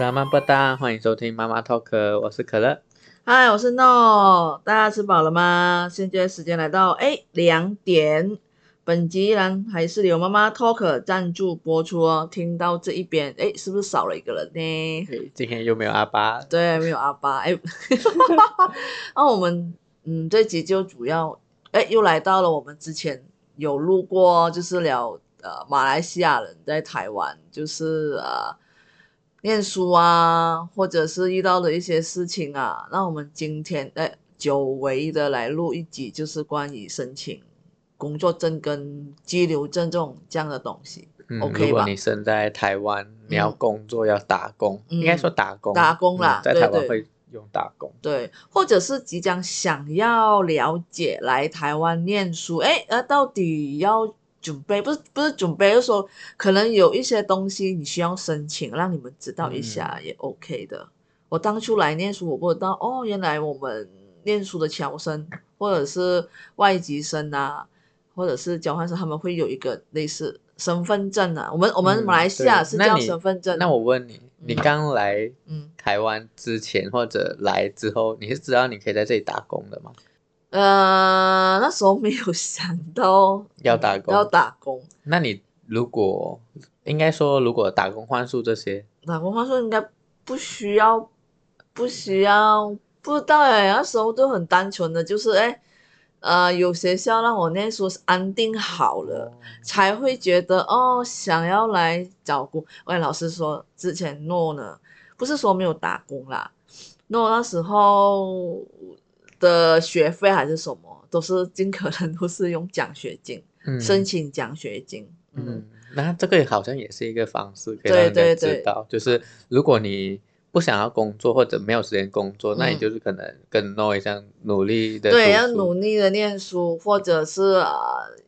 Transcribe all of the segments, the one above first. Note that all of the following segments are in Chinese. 妈妈不大，欢迎收听妈妈 talk，我是可乐。嗨，我是 No，大家吃饱了吗？现在时间来到哎两点，本集依然还是由妈妈 Talk 赞助播出哦。听到这一边，哎，是不是少了一个人呢？诶今天又没有阿巴，对，没有阿巴，哎， 那、我们嗯这集就主要哎又来到了我们之前有录过，就是聊呃马来西亚人在台湾就是呃念书啊，或者是遇到的一些事情啊。那我们今天哎久违的来录一集，就是关于申请工作证跟居留证这种这样的东西。嗯 OK 如果吧你身在台湾，你要工作、要打工，嗯应该说打工，打工啦嗯在台湾对对会用打工。对，或者是即将想要了解来台湾念书，哎，呃，到底要准备不是不是准备，就是说可能有一些东西你需要申请，让你们知道一嗯下也 OK 的。我当初来念书，我不知道哦，原来我们念书的侨生或者是外籍生啊，或者是交换生，他们会有一个类似身份证啊。我们我们嗯马来西亚对是那叫你身份证，啊那我问你，你刚来嗯台湾之前或者来之后，你是知道你可以在这里打工的吗？呃，那时候没有 想到要打嗯工要打工，那你如果应该说，如果打工换宿这些，打工话说应该不需要，不需要，不知道哎，那时候都很单纯的，就是哎，呃，有学校让我那时候是安定好嗯了，才会觉得哦，想要来找工。喂，老师说之前诺呢，不是说没有打工啦，诺那时候的学费还是什么，都是尽可能都是用奖学金。嗯申请奖学金。嗯，嗯，那这个好像也是一个方式，可以对让人家对知对道，就是如果你不想要工作或者没有时间工作，那你嗯就是可能跟 No 一样努力的对，要努力的念书，或者是呃，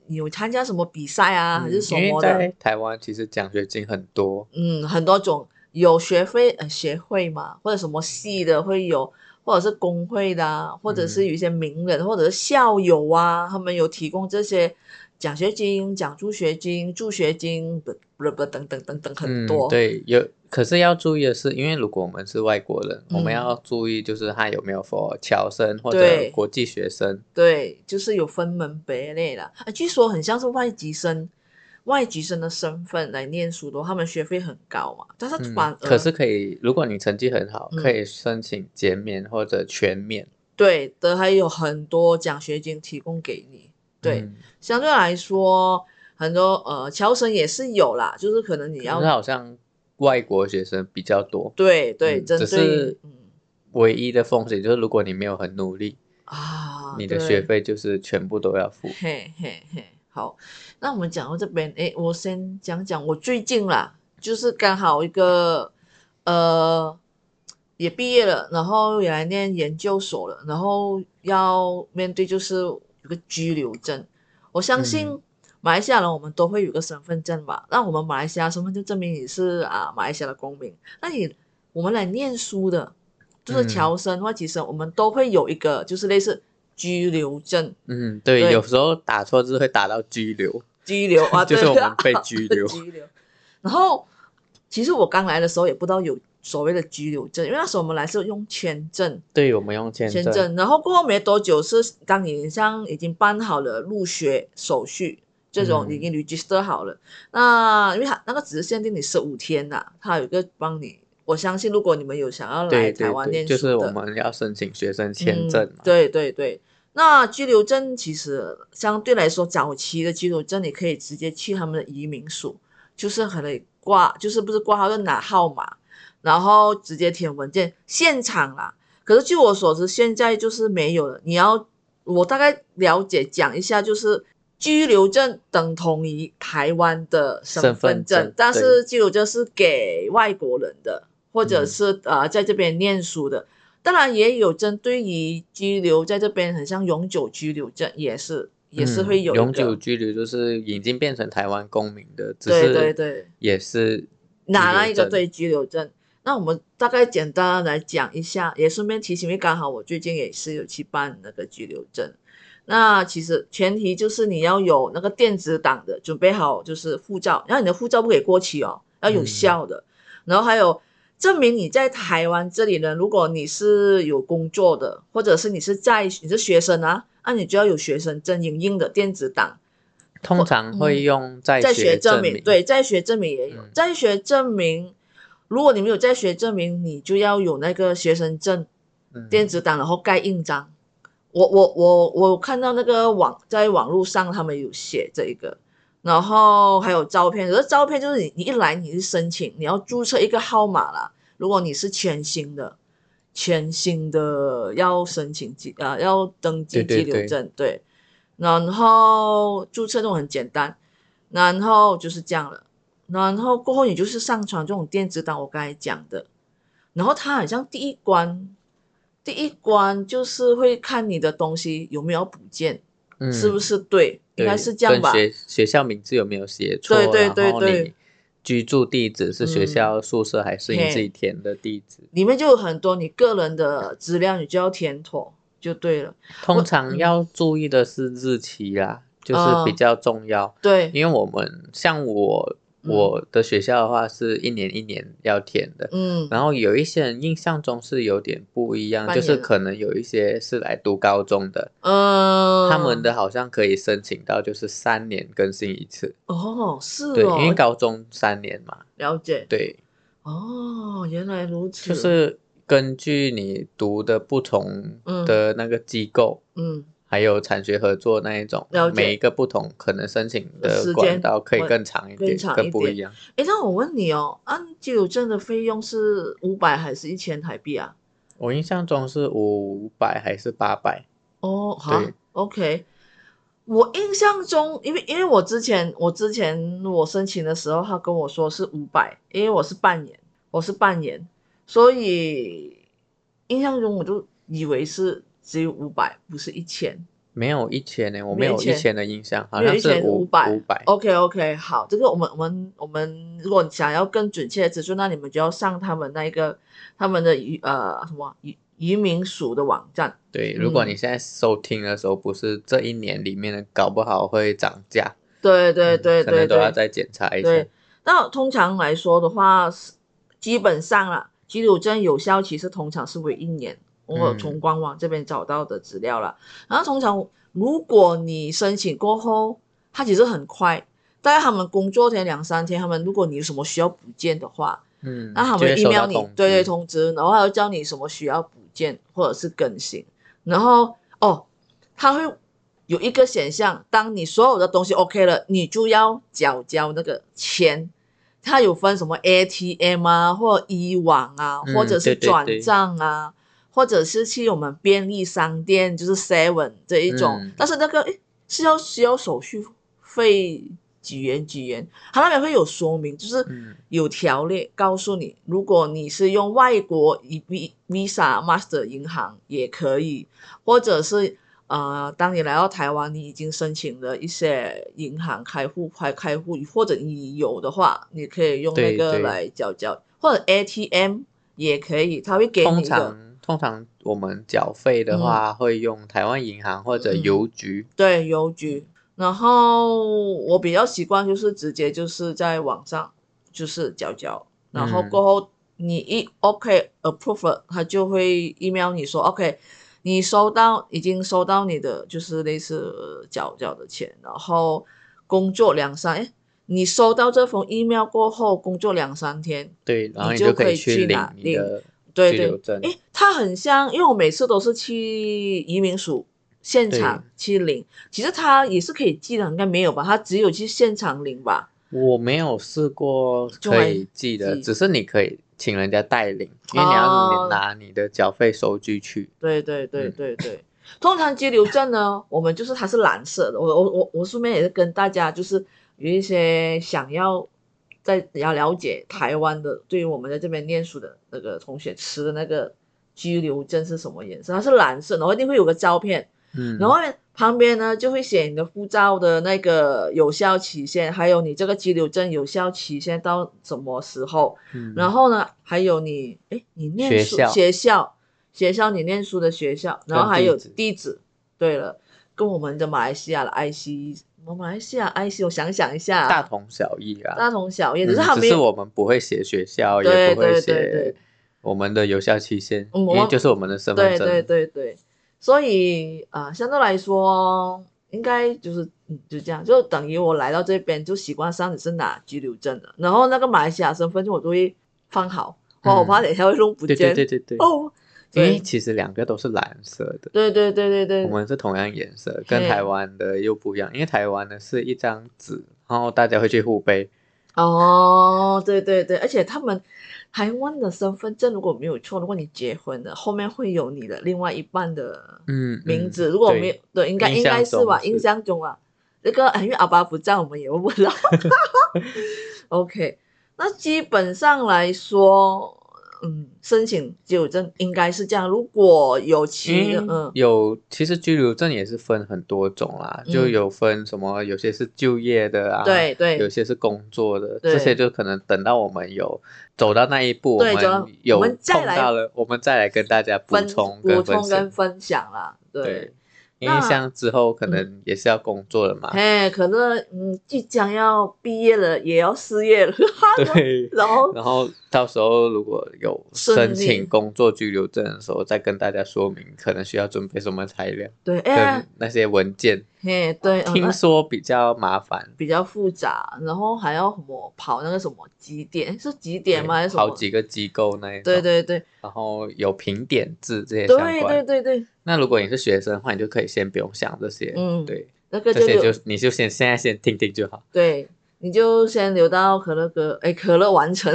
有参加什么比赛啊，还是什嗯因么为的在，台湾其实奖学金很多，嗯，很多种，有学费呃协会嘛，或者什么系的会有。或者是工会的、啊，或者嗯是有一些名人，或者是校友啊，他们有提供这些奖学金、奖助学金、助学金，不不不等等等等很多。嗯，，对，有。可是要注意的是，因为如果我们是外国人，我们嗯要注意就是他有没有 for 侨生或者对国际学生，对，就是有分门别类啦。啊，据说很像是外籍生，外籍生的身份来念书的话，他们学费很高嘛，但是嗯反而、可是可以，如果你成绩很好，可嗯以申请减免或者全免。对的，还有很多奖学金提供给你。对，嗯相对来说，很多呃侨生也是有啦，就是可能你可要是好像外国学生比较多，对对，嗯针只对是嗯唯一的风险就是如果你没有很努力，啊，你的对学费就是全部都要付。嘿嘿嘿，好，那我们讲到这边，诶，我先讲讲我最近啦，就是刚好一个呃也毕业了，然后也来念研究所了，然后要面对就是有个居留证，我相信嗯马来西亚人我们都会有个身份证吧？那我们马来西亚身份证证明你是啊马来西亚的公民，那你我们来念书的，就是嗯侨生或其生，我们都会有一个就是类似居留证。嗯，对，对有时候打错字会打到拘留。拘 留啊，就是对我们被拘 留拘留。然后，其实我刚来的时候也不知道有所谓的拘留证，因为那时候我们来是用签证，对，我们用签签证。然后过后没多久是当你像已经办好了入学手续，这种嗯已经 register 好了。那因为它那个只是限定你十五天呐、它有一个帮你。我相信，如果你们有想要来对台湾对对，念就书的，是我们要申请学生签证嗯嘛。。对对对，那居留证其实相对来说，早期的居留证你可以直接去他们的移民署，就是可能挂，就是不是挂号，就拿号码，然后直接填文件现场啦。可是据我所知，现在就是没有了。你要我大概了解讲一下，就是居留证等同于台湾的身身份份证，证但对是居留证是给外国人的，或者嗯是、呃在这边念书的。当然也有针对于居留在这边，很像永久居留证，也是也是会有一嗯个、永久居留，就是已经变成台湾公民的，只对是对对，也是拿了居一留个证对居留证。那我们大概简单来讲一下，也顺便提醒，因为刚好我最近也是有去办那个居留证。那其实前提就是你要有那个电子档的，准备好就是护照，然后你的护照不可以过期哦，要有嗯效的。然后还有证明你在台湾这里呢，如果你是有工作的，或者是你是在你是学生啊，那、你就要有学生证，影印的电子档，通常会用在嗯在学证证明，对，在学证明也有，嗯在学证明，如果你没有在学证明，你就要有那个学生证电子子档，然后盖印章。我我我我看到那个网在网络上他们有写这一个，然后还有照片，可是照片就是你你一来你是申请，你要注册一个号码啦。如果你是全新的，全新的要申请记啊、要登记对对居留对证，对然后注册这种很简单，然后就是这样了。然后过后你就是上传这种电子档，我刚才讲的。然后他好像第一关，第一关就是会看你的东西有没有补件，是不？嗯是对，应该对是这样跟吧？学学校名字有没有写错？对对对然后对你居住地址是学嗯校宿舍还是嘿你自己填的地址？里面就有很多你个人的资料，你就要填妥就对了。我嗯通常要注意的是日期啦，就是比哦较重要，对，因为我们像我嗯我的学校的话是一年一年要填的，嗯，然后有一些人印象中是有点不一样，半就是年了可能有一些是来读高中的，呃，他们的好像可以申请到就是三年更新一次，哦是对，因为哦，高中三年嘛，了解对，哦，原来如此，就是根据你读的不同嗯的那个机构。嗯，还有产学合作那一种了，解每一个不同可能申请时的间管道可以会更长一更点，长一更不点一样。诶，那我问你哦，按居留证的费用是五百还是一千台币啊？我印象中是五百还是八百？哦，好对，OK。我印象中，因为因为我之前我之前我申请的时候，他跟我说是五百，因为我是半年，我是半年，所以印象中我就以为是只有五百，不是一千。没有一千呢，我没没有有一1000千的印象，好没有像一是千五五百哦五百。 OK OK，好，这个我们我们我们，如果你想要更准确的资讯，那你们就要上他们那一个他们的移呃什么移移民署的网站。对，如果嗯你现在收听的时候不是这一年里面的，搞不好会涨价。对对嗯对可能对都要对。再检查一下对。，那通常来说的话，是基本上啊啦，居留证有效期是通常是为一年。我嗯从官网这边找到的资料啦。然后通常如果你申请过后，它其实很快，大概他们工作天两三天，他们如果你有什么需要补件的话，嗯，那他就会们收到 email 你通对知对通知，然后还要叫你什么需要补件或者是更新，然后哦，他会有一个选项，当你所有的东西 OK 了，你就要缴交那个钱。它有分什么 ATM 啊，或以网啊，嗯或者是对对转对账啊，或者是去我们便利商店，就是 Seven 这一种。嗯但是那个诶是要是要手续费几元几元，它那边会有说明，就是嗯有条例告诉你，如果你是用外国以 V Visa、Master 银行也可以，或者是呃，当你来到台湾，你已经申请了一些银行开户、开开户，或者你有的话，你可以用那对个对来缴交，或者 ATM 也可以，他会给你通一个常通常我们缴费的话，会用台湾银行或者嗯邮局。对邮局。然后我比较习惯就是直接就是在网上就是缴交，然后嗯过后你一 OK approve，了他就会 email 你说 OK，你收到已经收到你的就是类似缴交的钱，然后工作两三哎，你收到这封 email 过后工作两三天，对，然后你你就就可可以以去去领拿你领的对居对留证。诶，它很像，因为我每次都是去移民署现场去领，其实它也是可以寄的，应该没有吧？它只有去现场领吧？我没有试过就可来以寄的，寄只是你可以请人家代领，因为你要哦拿你的缴费收据去。对对对嗯对对。通常居留证呢， 我们就是它是蓝色的。我我我我顺便也是跟大家，就是有一些想要在要了解台湾的，对于我们在这边念书的那个同学吃的那个居留证是什么颜色？它是蓝色，然后一定会有个照片。嗯，然后旁边呢就会写你的护照的那个有效期限，还有你这个居留证有效期限到什么时候。嗯然后呢，还有你哎，你念学书校学校学校你念书的学校，然后跟还地有址地址。对了，跟我们的马来西亚的 IC 我马来西亚 IC，我想想一下啊，大同小异啦。大同小异，嗯只是他只没是有我们不会写学校，对也不会对对对写我们的有效期限，嗯因我为就是我们的身份对证。对对对，所以啊、呃相对来说，应该就是嗯，就这样，就等于我来到这边就习惯上你是拿居留证的，然后那个马来西亚身份证我都会放好，哦，我怕等一下会弄不对见。嗯对对对对哦，因对为其实两个都是蓝色的，对对对对对，我们是同样颜色，跟嗯嘿台湾的又不一样。因为台湾的是一张纸，然后大家会去互背，哦，对对对，而且他们台湾的身份证如果没有错，如果你结婚了，后面会有你的另外一半的嗯，名嗯字，如果没有对对，应该印应象该是中吧，是印象中啊，那个因为阿爸不在，我们也问不 到。OK，那基本上来说，嗯，申请居留证应该是这样，如果有其的，因为嗯有，其实居留证也是分很多种啦，就嗯有分什么，有些是就业的啊，，对有对些是工作的，对这些就可能等到我们有走到那一步，我对走到们有我们再碰来到了，我们再来跟大家补分充补跟分充跟享。分享啦，对对，，啊因为那嗯像之后可能也是要工作了嘛，哎，可能嗯，即将要毕业了，也要失业了， 对。 然后然后到时候如果有顺申利请工作居留证的时候，再跟大家说明可能需要准备什么材料对，跟哎，那些文件。嘿，对，嗯听那说比较麻烦，比较复杂，然后还要什么跑那个什么几点？诶是几点对吗？还是什么？好几个机构那一种，对对对然后有评点制这些相对对关。对对，那如果你是学生的话，你就可以先不用想这些，嗯对，那个这就些留就你就先现在先听听就好。对，你就先留到可乐哥，哎，可乐完成。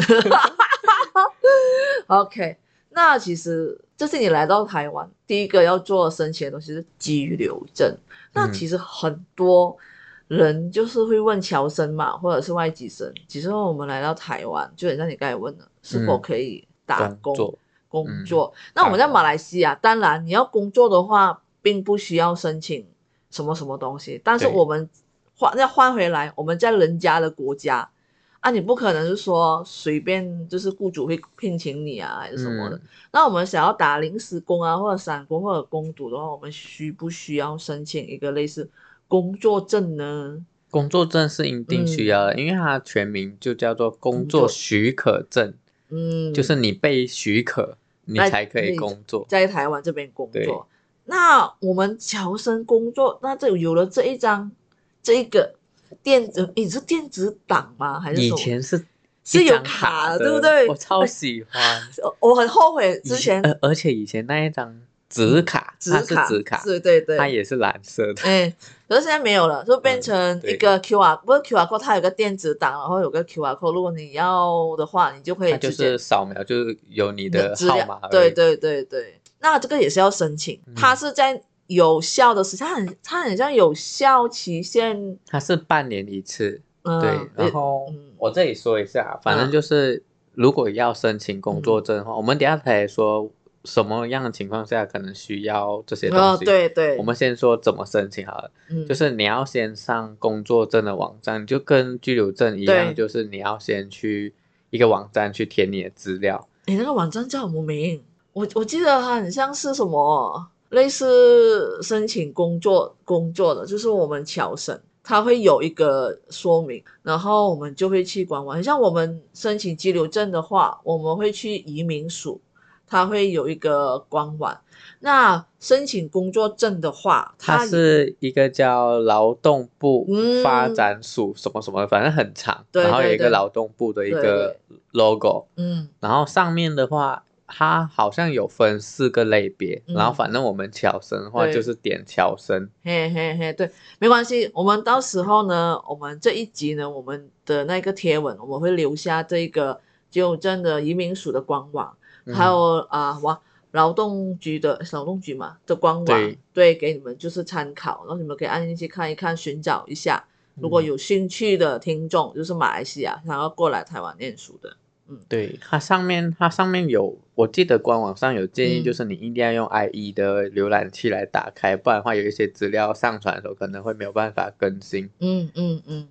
OK，那其实这是你来到台湾第一个要做申请的东西是居留证。那嗯其实很多人就是会问侨生嘛，或者是外籍生，其实我们来到台湾，就很像你刚才问的，是否嗯可以打工工？作，工嗯作。那我们在打工马来西亚，当然你要工作的话，并不需要申请什么什么东西，但是对我们换要换回来，我们在人家的国家啊，你不可能是说随便就是雇主会聘请你啊，还是什么的。嗯那我们想要打临时工啊，或者散工或者工读的话，我们需不需要申请一个类似工作证呢？工作证是一定需要的，因为它全名就叫做工嗯工作作许可证，嗯，就是你被许可，你那才可你以工作。在台湾这边工对作。那我们侨生工作，那这有了这一张，这一个电子，你是电子档吗？还是以什么？前是是一有张卡的的，对不对我超喜欢。我哦我很后悔之以前嗯呃而且以前那一张纸卡，纸它是卡，纸卡，是对对，它也是蓝色的。哎，可是现在没有了，就变嗯成一对个 QR，不是 QR code，它有个电子档，然后有个 QR code，如果你要的话，你就可以它就直接是扫描，就是有你你的资号料码而已。对对对对，那这个也是要申请，它嗯是在有效的时，它很它很像有效期限，它是半年一次。嗯，对，也然后嗯我这里说一下，反嗯正就是如果要申请工作证的话，我们等一下才说什么样的情况下可能需要这些东啊，西。，对对，我们先说怎么申请好了，嗯就是你要先上工作证的网站，就跟居留证一对样，就是你要先去一个网站去填你的资料。你那个网站叫什么名？我我记得它很像是什么，类似申请工作工作的，就是我们侨生，它会有一个说明，然后我们就会去官网。很像我们申请居留证的话，我们会去移民署，它会有一个官网。那申请工作证的话，它它是一个叫劳动部嗯发展署什么什么，反正很长，对然后有一对对个劳动部的一对个 logo。嗯然后上面的话，它好像有分四个类别，嗯然后反正我们侨生的话对就是点侨生，嗯嘿嘿嘿，对，没关系。我们到时候呢，我们这一集呢，我们的那个贴文，我们会留下这个纠正的移民署的官网，嗯还有啊，哇、劳动局的劳动局嘛的官网，对给你们就是参考，然后你们可以按进去看一看，寻找一下。如果嗯有兴趣的听众，就是马来西亚想要过来台湾念书的，对它上面它上面有，我记得官网上有建议，嗯就是你一定要用 IE 的浏览器来打开，不然的话有一些资料上传的时候可能会没有办法更新。嗯嗯嗯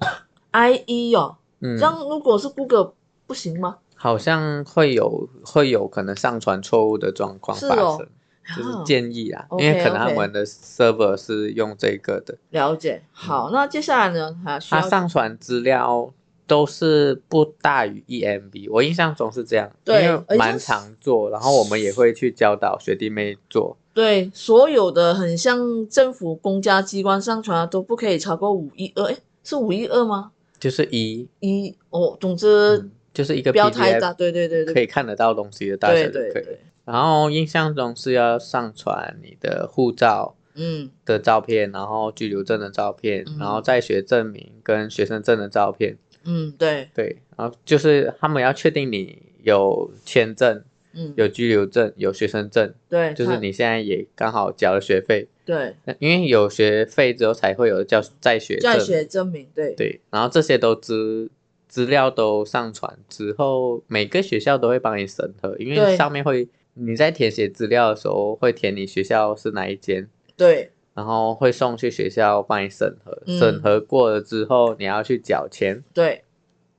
，IE 哦，嗯这，样如果是 Google 不行吗？好像会有会有可能上传错误的状况是发哦生。就是建议啊，哦因为可能 OK，OK 他们的 server 是用这个的，了解。好，那接下来呢？还需它要上传资料都是不大于一 MB，我印象中是这样，因对而且为蛮常做，然后我们也会去教导学弟妹做，对所有的很像政府公家机关上传的都不可以超过五一二，哎，是五一二吗？就是一，一哦，总之嗯就是一个不要太大， PDF 对对对可对，以看得到东西的大小对就对可以。对，然后印象中是要上传你的护照嗯的照片，然后居留证的照片，嗯然后在学证明跟学生证的照片，嗯对，对，然后就是他们要确定你有签证、嗯有居留证、有学生证，对，就是他你现在也刚好缴了学费，对那因为有学费之后才会有叫在学证，在学证明，对对，然后这些都资资料都上传之后，每个学校都会帮你审核，因对为上面会你在填写资料的时候会填你学校是哪一间，对然后会送去学校帮你审核，嗯审核过了之后你要去缴钱，对，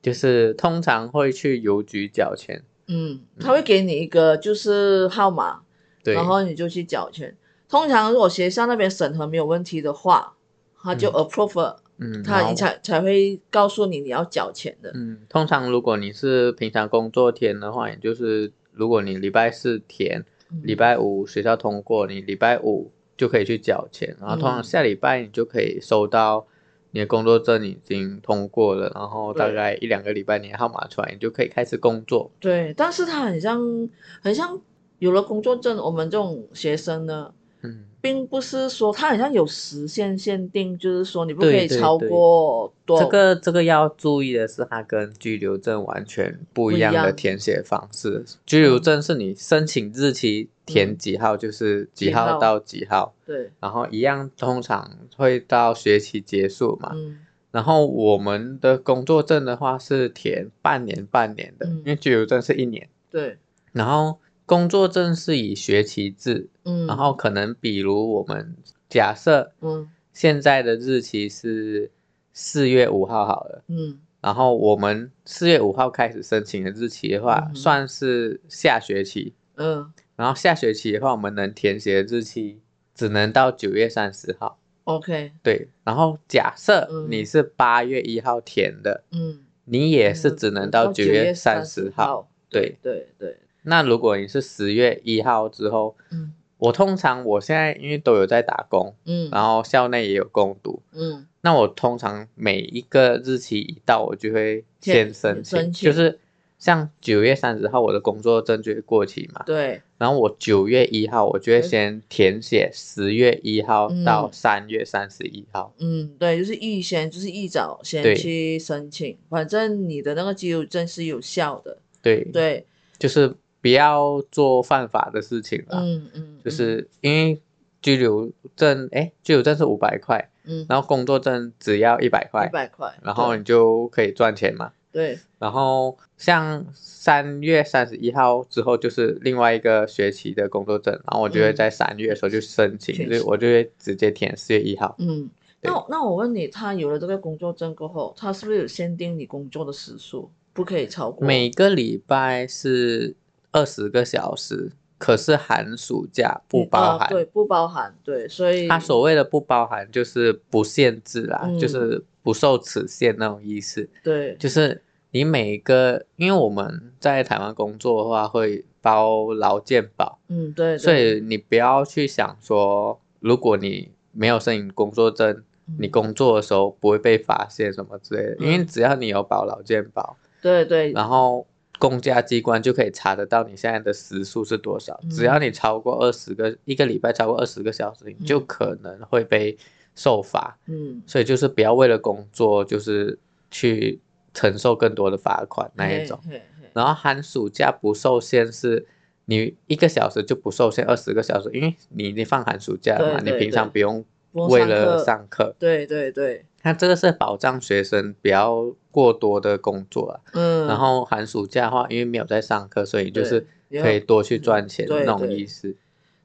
就是通常会去邮局缴钱，嗯，他会给你一个就是号码，对，然后你就去缴钱。通常如果学校那边审核没有问题的话，他就嗯 approve，了、嗯，然他后才才会告诉你你要缴钱的。嗯，通常如果你是平常工作填的话，也就是如果你礼拜四填，嗯礼拜五学校通过，你礼拜五就可以去缴钱，然后通嗯常下礼拜你就可以收到你的工作证已经通过了，然后大对概一两个礼拜你的号码出来，你就可以开始工作。对，但是他很像很像有了工作证，我们这种学生呢，嗯，并不是说他好像有时限限定，就是说你不可对以对超对过多这个这个要注意的是，它跟居留证完全不不一一样的样填写方式。居留证是你申请日期嗯填几号，就是几几号号到几号。对，然后一样通常会到学期结束嘛。嗯然后我们的工作证的话是填半年半年的，嗯因为居留证是一年，对，然后工作证是以学期制，嗯，然后可能比如我们假设嗯现在的日期是四月五号好了。嗯然后我们四月五号开始申请的日期的话，嗯哼算是下学期。嗯，然后下学期的话，我们能填写的日期只能到九月三十号。 OK，对，然后假设嗯你是八月一号填的，嗯，你也是只能到九九月三三十号。，对，对对，那如果你是十月一号之后，嗯我通常我现在因为都有在打工，嗯，然后校内也有攻读，嗯那我通常每一个日期一到，我就会先填申申请，就请是像九月三十号我的工作证就会过期嘛，对，然后我九月一号我就会对先填写十月一号嗯到三月三十一号。嗯对，就是预先就是一早先对去申请，反正你的那个居留证是有效的，对对，就是不要做犯法的事情啦。嗯嗯，啊就嗯是因为居留证，哎，居留证是五百块，嗯，然后工作证只要一百块一，百块，然后对你就可以赚钱嘛。对然后像三月三十一号之后就是另外一个学期的工作证，然后我就会嗯在三月的时候就申请，确就实是我就会直接填四月一号。嗯。对那我那我问你，他有了这个工作证过后，他是不是有限定你工作的时数，不可以超过？嗯每个礼拜是二十个小时，可是寒暑假不嗯包啊含。对，不包含，对，所以它所谓的不包含就是不限制啦，嗯就是不受此限那种意思。对，就是你每个，因为我们在台湾工作的话会包劳健保，嗯，对，对所以你不要去想说，如果你没有申请工作证，你嗯工作的时候不会被发现什么之类的，因为嗯只要你有保劳健保，对对，然后。公家机关就可以查得到你现在的时数是多少，嗯只要你超过二十个一个礼拜超过二十个小时，你就嗯可能会被受罚。嗯，所以就是不要为了工作就是去承受更多的罚款那嘿一种。，嘿嘿然后寒暑假不受限是，你一个小时就不受限二十个小时，因为你已经放寒暑假了嘛，对对你平常不用不用为上了课上课。对对对，那这个是保障学生不要过多的工作啊。嗯，然后寒暑假的话，因为没有在上课，所以就对是也可以有多去赚钱对那种对意思。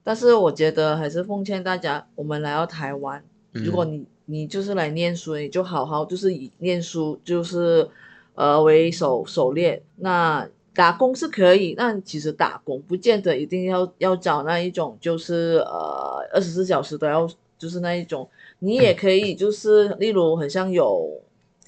但是我觉得还是奉劝大家，我们来到台湾，如果嗯你你就是来念书，你就好好就是以念书就是呃为首狩猎，那打工是可以，但其实打工不见得一定要要找那一种，就是呃二十四小时都要，就是那一种。你也可以就是，例如很像有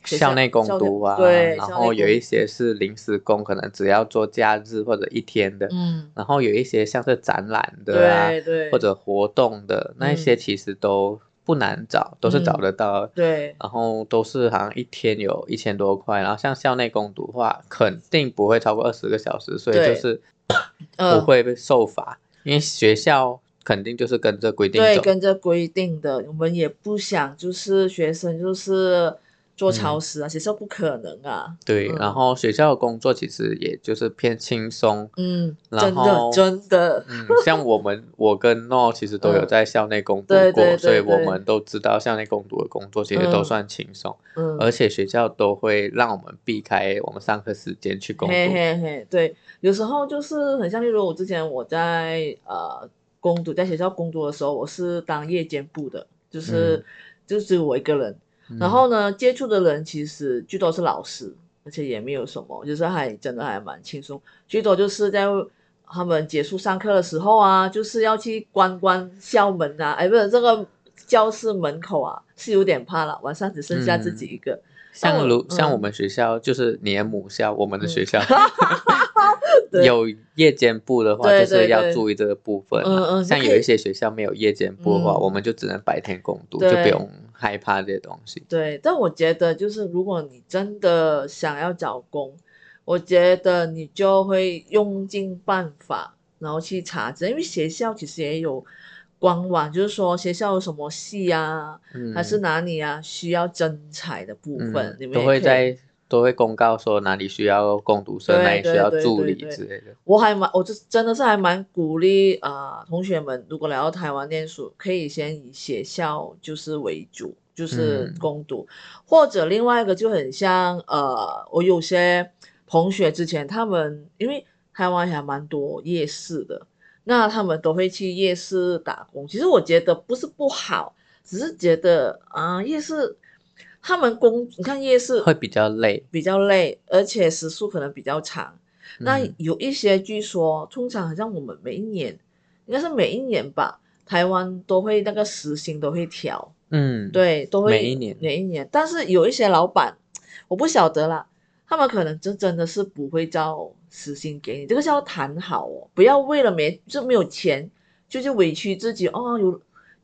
学校内攻校内读啊，对，然校内后有攻一些是临时工，可能只要做假日或者一天的，嗯，然后有一些像是展览的啊，对对，或者活动的那一些，嗯其实都不难找，都是找嗯得到。对，然后都是好像一天有一千多块，然后像校内攻读的话，肯定不会超过二十个小时，所以就对是呃不会被受罚，因为学校肯定就是跟着规定对，走。跟着规定的，我们也不想就是学生就是做超嗯时啊，学校不可能啊。对，嗯然后学校的工作其实也就是偏轻松，嗯，然真的后真的，嗯，像我们我跟诺其实都有嗯在校内攻读对过，对所以对我对们都知道校内攻读的工作其实都嗯算轻松，嗯，而且学校都会让我们避开我们上课时间去攻读。嘿嘿嘿，对，有时候就是很像，例如我之前我在呃攻读，在学校攻读的时候，我是当夜间部的，就是、嗯就只有我一个人，然嗯后呢，接触的人其实最多是老师，而且也没有什么，就是还真的还蛮轻松，最多就是在他们结束上课的时候啊，就是要去关关校门啊，哎，不是这个教室门口啊，是有点怕了，晚上只剩下自己一个，但像我如像我嗯们学校，就是你的母校，我们的嗯学校 对有夜间部的话，对就是对要对注意这个部分嘛。嗯嗯像就有可一以些学校没有夜间部的话，嗯我们就只能白天攻读，就不对用害怕这些东西。对，但我觉得就是如果你真的想要找工，我觉得你就会用尽办法，然后去查证，因为学校其实也有官网，就是说学校有什么系啊，嗯，还是哪里啊需要征才的部分，嗯你们都也会可以在都会公告说哪里需要攻读生，对哪里需对要对助对理对之类的。我还蛮，我这真的是还蛮鼓励啊、呃同学们如果来到台湾念书，可以先以学校就是为主，就是嗯攻读，或者另外一个就很像呃，我有些同学之前他们因为台湾还蛮多夜市的，那他们都会去夜市打工。其实我觉得不是不好，只是觉得啊、夜市他们工，你看夜市会比较累。比较累，而且时速可能比较长。那嗯有一些据说，通常好像我们每一年，应该是每一年吧，台湾都会那个时薪都会调，嗯，对，都会每一年每一年。但是有一些老板，我不晓得啦，他们可能真真的是不会照时薪给你，这个是要谈好哦，不要为了没就没有钱，就是委屈自己哦，有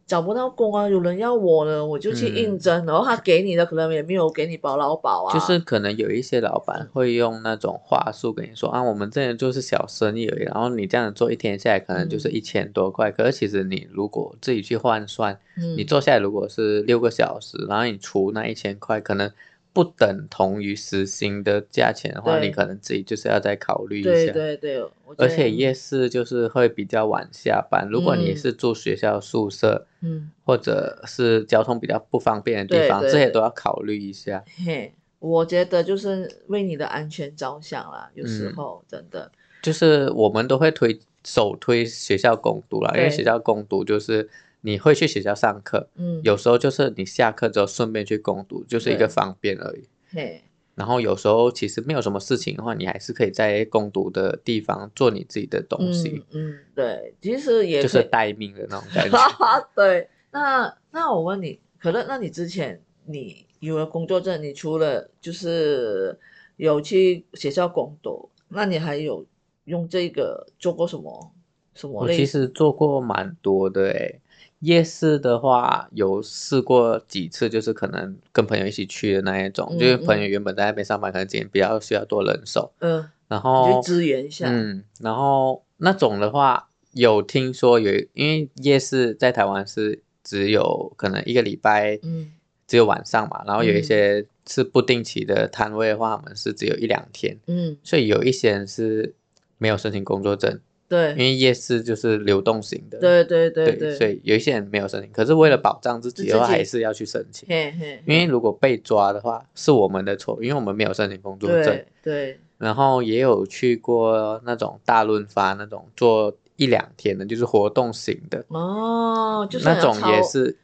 找不到工啊，有人要我了，我就去应嗯征，然后他给你的可能也没有给你保劳保啊，就是可能有一些老板嗯会用那种话术跟你说啊，我们这里就是小生意而已，然后你这样做一天下来可能就是嗯一千多块，可是其实你如果自己去换算，你嗯做下来如果是六个小时，然后你除那一千块，可能不等同于时薪的价钱的话，你对可能自己就是要再考虑一下。对对对，我觉而得且嗯夜市就是会比较晚下班，如果你嗯是住学校宿舍。嗯或者是交通比较不方便的地对方，对这些对都要考虑一下。嘿，我觉得就是为你的安全着想啦，有时嗯候真的，就是我们都会推首推学校攻读啦，因为对学校攻读就是你会去学校上课，嗯，有时候就是你下课之后顺便去攻读，就是一个对方便而已。嘿，然后有时候其实没有什么事情的话，你还是可以在攻读的地方做你自己的东嗯西，嗯，对，其实也就可是以，待命的那种 感哈觉。哈，对。那那我问你，可乐，那你之前你有了工作证，你除了就是有去学校工作，那你还有用这个做过什么什么我类？其实做过蛮多的诶，夜市的话有试过几次，就是可能跟朋友一起去的那一种，嗯就是朋友嗯原本在那边上班，可能今天比较需要多人手，嗯、然你后就支援一下，哦嗯，然后那种的话，有听说有，因为夜市在台湾是只有可能一个礼拜，嗯，只有晚上嘛，然后有一嗯些是不定期的摊位的话，我们是只有一两天，嗯，所以有一些人是没有申请工作证，对因，为夜市就是流动型的，对对对对，所以有一些人没有申请，可是为了嗯保障自己自的话，己还是要去申请，嘿嘿，因为如果被抓的话，是我们的错，因为我们没有申请工作证对。对，然后也有去过那种大润发那种做一两天的，就是活动型的，哦，就是那好种像也超是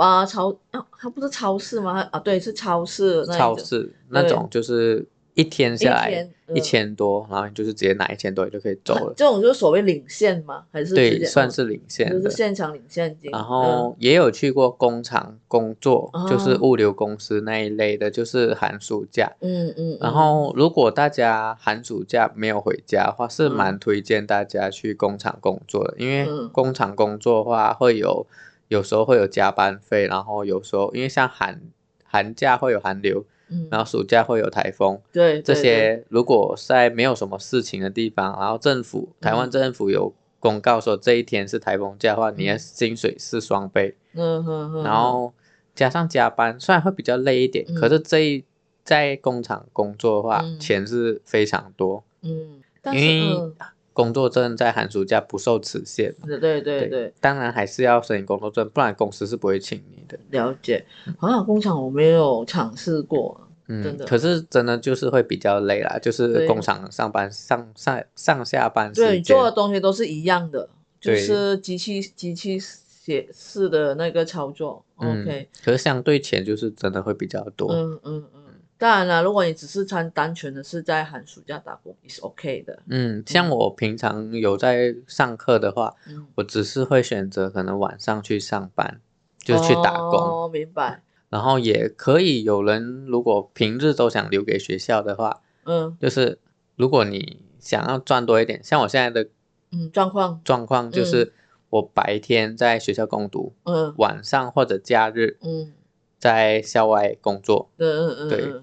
啊超，啊它不是超市吗？它啊，对，是超市那一超种，市那种，就是一天下来一天嗯一千多，然后你就是直接拿一千多，你就可以走了。啊这种就是所谓领现吗？还是直对，接算是领先就的是。现场领现金。嗯然后也有去过工厂工作，就是哦物流公司那一类的，就是寒暑假。嗯嗯，嗯然后如果大家寒暑假没有回家的话，是嗯蛮推荐大家去工厂工作的，因为嗯工厂工作的话会有有时候会有加班费，然后有时候因为像寒寒假会有寒流，嗯，然后暑假会有台风，对这嗯对对些如果在没有什么事情的地方，然后政府台湾嗯政府有公告说这一天是台风假的话，你的嗯薪水是双倍，嗯嗯嗯，然后加上加班，虽然会比较累一点，可嗯是这一在工厂工作的话，嗯钱是非常多，嗯，但因是为嗯，工作证在寒暑假不受期限嘛。对对对对，当然还是要申请工作证，不然公司是不会请你的。了解。啊，工厂我没有尝试过，嗯，的可是真的就是会比较累啦，就是对工厂上班上上上下班时间，对，你做的东西都是一样的，就对是机器机器写式的那个操作。嗯 OK，可是相对钱就是真的会比较多。嗯嗯嗯。当然了，如果你只是单单纯的是在寒暑假打工，is OK 的。嗯，像嗯我平常有在上课的话，嗯，我只是会选择可能晚上去上班，就是去打工，哦，明白。然后也可以有人如果平日都想留给学校的话，嗯就是如果你想要赚多一点，像我现在的嗯，状况，状况就是我白天在学校攻读，嗯晚上或者假日嗯在校外工作，嗯嗯嗯，对嗯，了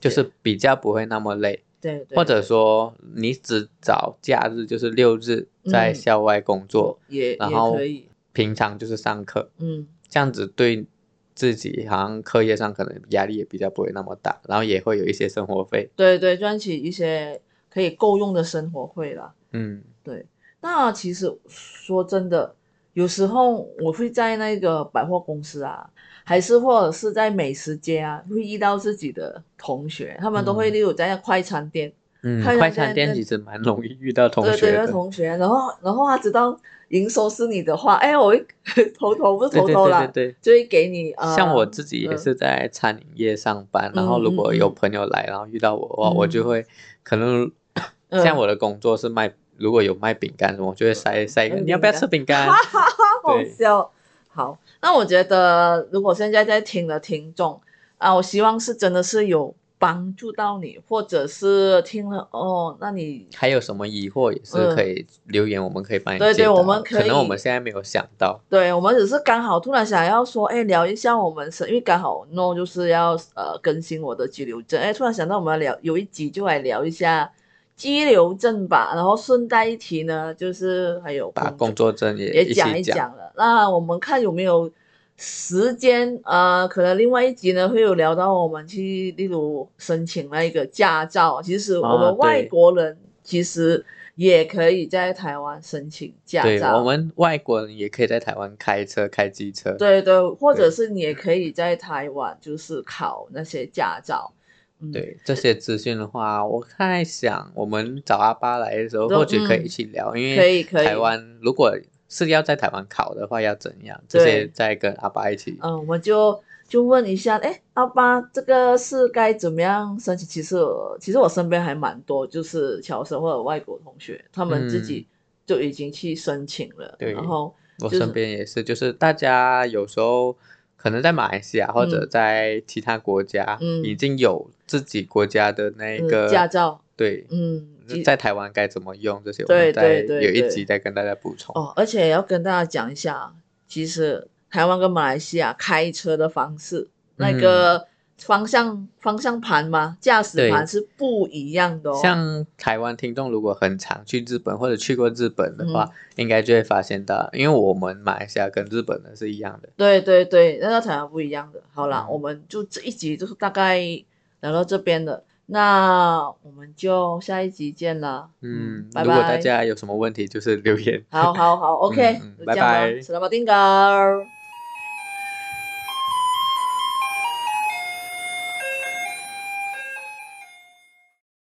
就解是比较不会那么累，对对，或者说你只找假日就是六日在嗯校外工作，也也然后可以，平常就是上课，嗯。这样子对自己好像课业上可能压力也比较不会那么大，然后也会有一些生活费。对对，赚取一些可以够用的生活费啦。嗯对，那其实说真的，有时候我会在那个百货公司啊，还是或者是在美食街啊，会遇到自己的同学，他们都会嗯例如在那快餐店，嗯，看一下快现在餐店在其实蛮容易遇到同对学对，那的，同学，然后然后他知道营收是你的话，哎，我会 偷偷不是偷偷啦，对对对对就会给你啊，像我自己也嗯是在餐饮业上班，然后嗯如嗯果有嗯朋友来，然后遇到我的话，我就嗯会可能像我的工作是卖，如果有卖饼干什么，我就会塞塞一个，嗯你要不要吃饼干？ 好对笑。好，那我觉得如果现在在听的听众啊，我希望是真的是有帮助到你，或者是听了哦，那你还有什么疑惑也是可以留言，我们可以帮你嗯对对解答我们可可能我以们现在没有想到，对我们只是刚好突然想要说，哎，聊一下我们是，因为刚好 no 就是要呃更新我的拘留证，哎，突然想到我们要聊有一集就来聊一下拘留证吧，然后顺带一提呢，就是还有把工工作证也嗯也一讲起一讲了。那我们看有没有时间，呃，可能另外一集呢会有聊到我们去，例如申请那一个驾照。其实我啊们外对国人其实也可以在台湾申请驾对，照。我们外国人也可以在台湾开车、开机车。对对，或者对是你也可以在台湾就是考那些驾照。嗯，对这些资讯的话，我在想，我们找阿巴来的时候，都或许可以嗯一起聊，因可为以可以台湾如果是要在台湾考的话，要怎样？这对些再跟阿巴一起。嗯，我们就就问一下，哎，阿巴，这个是该怎么样申请？其实我其实我身边还蛮多，就是侨生或者外国同学，他们自己就已经去申请了，嗯对然后我就是身边也是，就是大家有时候可能在马来西亚或者嗯在其他国家，嗯已经有自己国家的那嗯个驾照，对，嗯，其在台湾该怎么用这些，我对们再对对有一对集再跟大家补充。哦，而且要跟大家讲一下，其实台湾跟马来西亚开车的方式，那个方向方向盘嘛，驾嗯驶对盘是不一样的哦，像台湾听众如果很常去日本或者去过日本的嗯话，应该就会发现到，因为我们马来西亚跟日本人是一样的。对对对，那个台湾不一样的。好啦，嗯我们就这一集就是大概聊到这边了，那我们就下一集见了。嗯，拜如果大拜。家有什么问题，就是留言。好好好，OK， 嗯嗯就拜这样拜咯，Selamat tinggal。